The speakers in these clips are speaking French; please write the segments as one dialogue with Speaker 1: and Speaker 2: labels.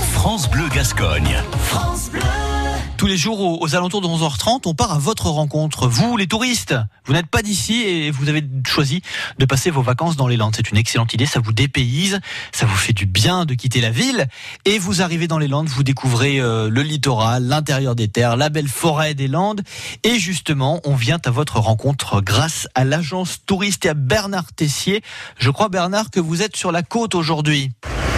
Speaker 1: France Bleu Gascogne.
Speaker 2: Tous les jours, aux, aux alentours de 11h30, on part à votre rencontre. Vous, les touristes, vous n'êtes pas d'ici et vous avez choisi de passer vos vacances dans les Landes. C'est une excellente idée, ça vous dépayse, ça vous fait du bien de quitter la ville. Et vous arrivez dans les Landes, vous découvrez euh, le littoral, l'intérieur des terres, la belle forêt des Landes. Et justement, on vient à votre rencontre grâce à l'agence touriste et à Bernard Tessier. Je crois, Bernard, que vous êtes sur la côte aujourd'hui.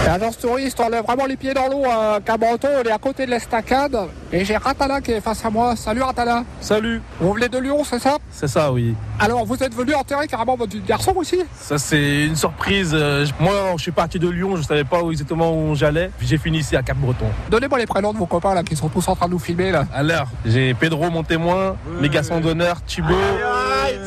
Speaker 3: L'agence touriste, on a vraiment les pieds dans l'eau à Cabanton, on est à côté de l'estacade. Et j'ai Ratala qui est face à moi. Salut Ratala.
Speaker 4: Salut,
Speaker 3: Vous venez de Lyon, c'est ça
Speaker 4: c'est ça oui.
Speaker 3: Alors vous êtes venu enterrer carrément votre garçon aussi
Speaker 4: Ça c'est une surprise. Euh, je- Moi je suis parti de Lyon, je savais pas où exactement où j'allais. J'ai fini ici à Cap Breton.
Speaker 3: Donnez-moi les prénoms de vos copains là qui sont tous en train de nous filmer là.
Speaker 4: À l'heure, j'ai Pedro mon témoin, mes garçons d'honneur, Thibaut,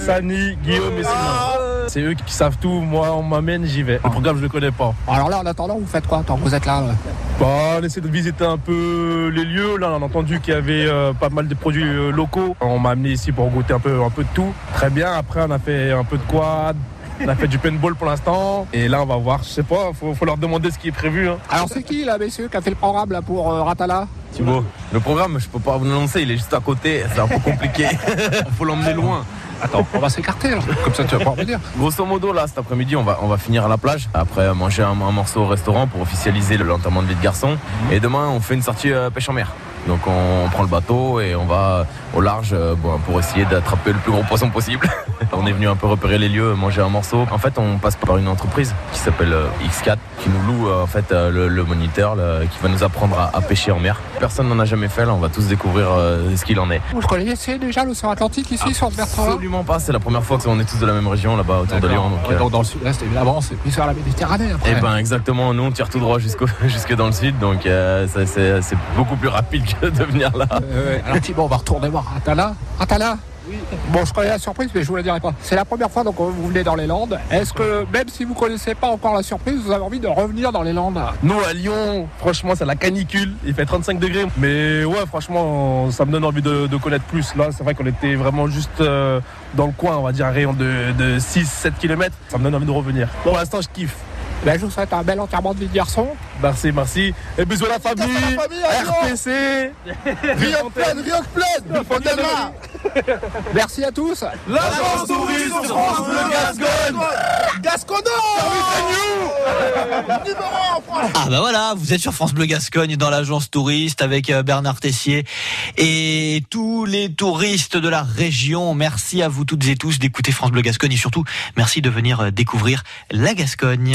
Speaker 4: Sani, Guillaume et Simon. C'est eux qui savent tout, moi on m'amène, j'y vais. Le programme je le connais pas.
Speaker 3: Alors là en attendant vous faites quoi tant que vous êtes là, là
Speaker 4: Bah, on essaie de visiter un peu les lieux. Là on a entendu qu'il y avait euh, pas mal de produits euh, locaux. On m'a amené ici pour goûter un peu, un peu de tout. Très bien, après on a fait un peu de quad. On a fait du paintball pour l'instant. Et là on va voir, je sais pas, faut, faut leur demander ce qui est prévu.
Speaker 5: Ah,
Speaker 4: hein.
Speaker 3: Alors c'est qui là messieurs qui a fait le programme là pour euh, Ratala
Speaker 5: Thibaut, le programme, je peux pas vous l'annoncer, il est juste à côté, c'est un peu compliqué. faut l'emmener loin.
Speaker 3: Attends, on va s'écarter là. Comme ça tu vas pas revenir.
Speaker 5: Grosso modo, là, cet après-midi, on va, on va finir à la plage. Après, euh, manger un, un morceau au restaurant pour officialiser le l'enterrement de vie de garçon.
Speaker 3: Mhm.
Speaker 5: Et demain, on fait une sortie euh, pêche en mer. Donc, on prend le bateau et on va au large euh, bon, pour essayer d'attraper le plus gros poisson possible. on est venu un peu repérer les lieux, manger un morceau. En fait, on passe par une entreprise qui s'appelle euh, X4 qui nous loue euh, en fait euh, le, le moniteur le- qui va nous apprendre à, à pêcher en mer. Personne n'en a jamais fait, là, on va tous découvrir euh, ce qu'il en est.
Speaker 3: Vous connaissez déjà l'océan Atlantique ici sur Bertrand
Speaker 5: Absolument pas, c'est la première fois qu'on est tous de la même région là-bas autour de Lyon. donc, euh,
Speaker 3: dans, dans le sud-est évidemment c'est plus vers la Méditerranée après.
Speaker 5: Eh ben exactement, nous on tire tout droit jusqu'au jusque dans le sud, donc euh, ça, c'est c'est beaucoup plus rapide que de venir là.
Speaker 3: Euh, alors Thibaut, on va retourner voir Atala. Atala Oui. Bon, je connais la surprise, mais je vous la dirai pas. C'est la première fois donc euh, vous venez dans les Landes. Est-ce que même si vous connaissez pas encore la surprise, vous avez envie de revenir dans les Landes
Speaker 4: Nous à Lyon, franchement, c'est la canicule. Il fait 35 degrés. Mais ouais, franchement, ça me donne envie de, de connaître plus. Là, c'est vrai qu'on était vraiment juste euh, dans le coin, on va dire, un rayon de, de 6-7 km. Ça me donne envie de revenir. Pour l'instant, je kiffe.
Speaker 3: Là, Ben, je vous souhaite un bel enterrement de vie de garçon.
Speaker 4: Merci, merci. Et bisous à la famille. RPC. Rio pleine, Rio pleine.
Speaker 3: Merci à tous.
Speaker 4: L'agence touriste France Bleu Gascogne.
Speaker 2: Ah bah voilà, vous êtes sur France Bleu Gascogne dans l'agence touriste avec euh, Bernard Tessier et tous les touristes de la région. Merci à vous toutes et tous d'écouter France Bleu Gascogne et surtout merci de venir euh, découvrir la Gascogne.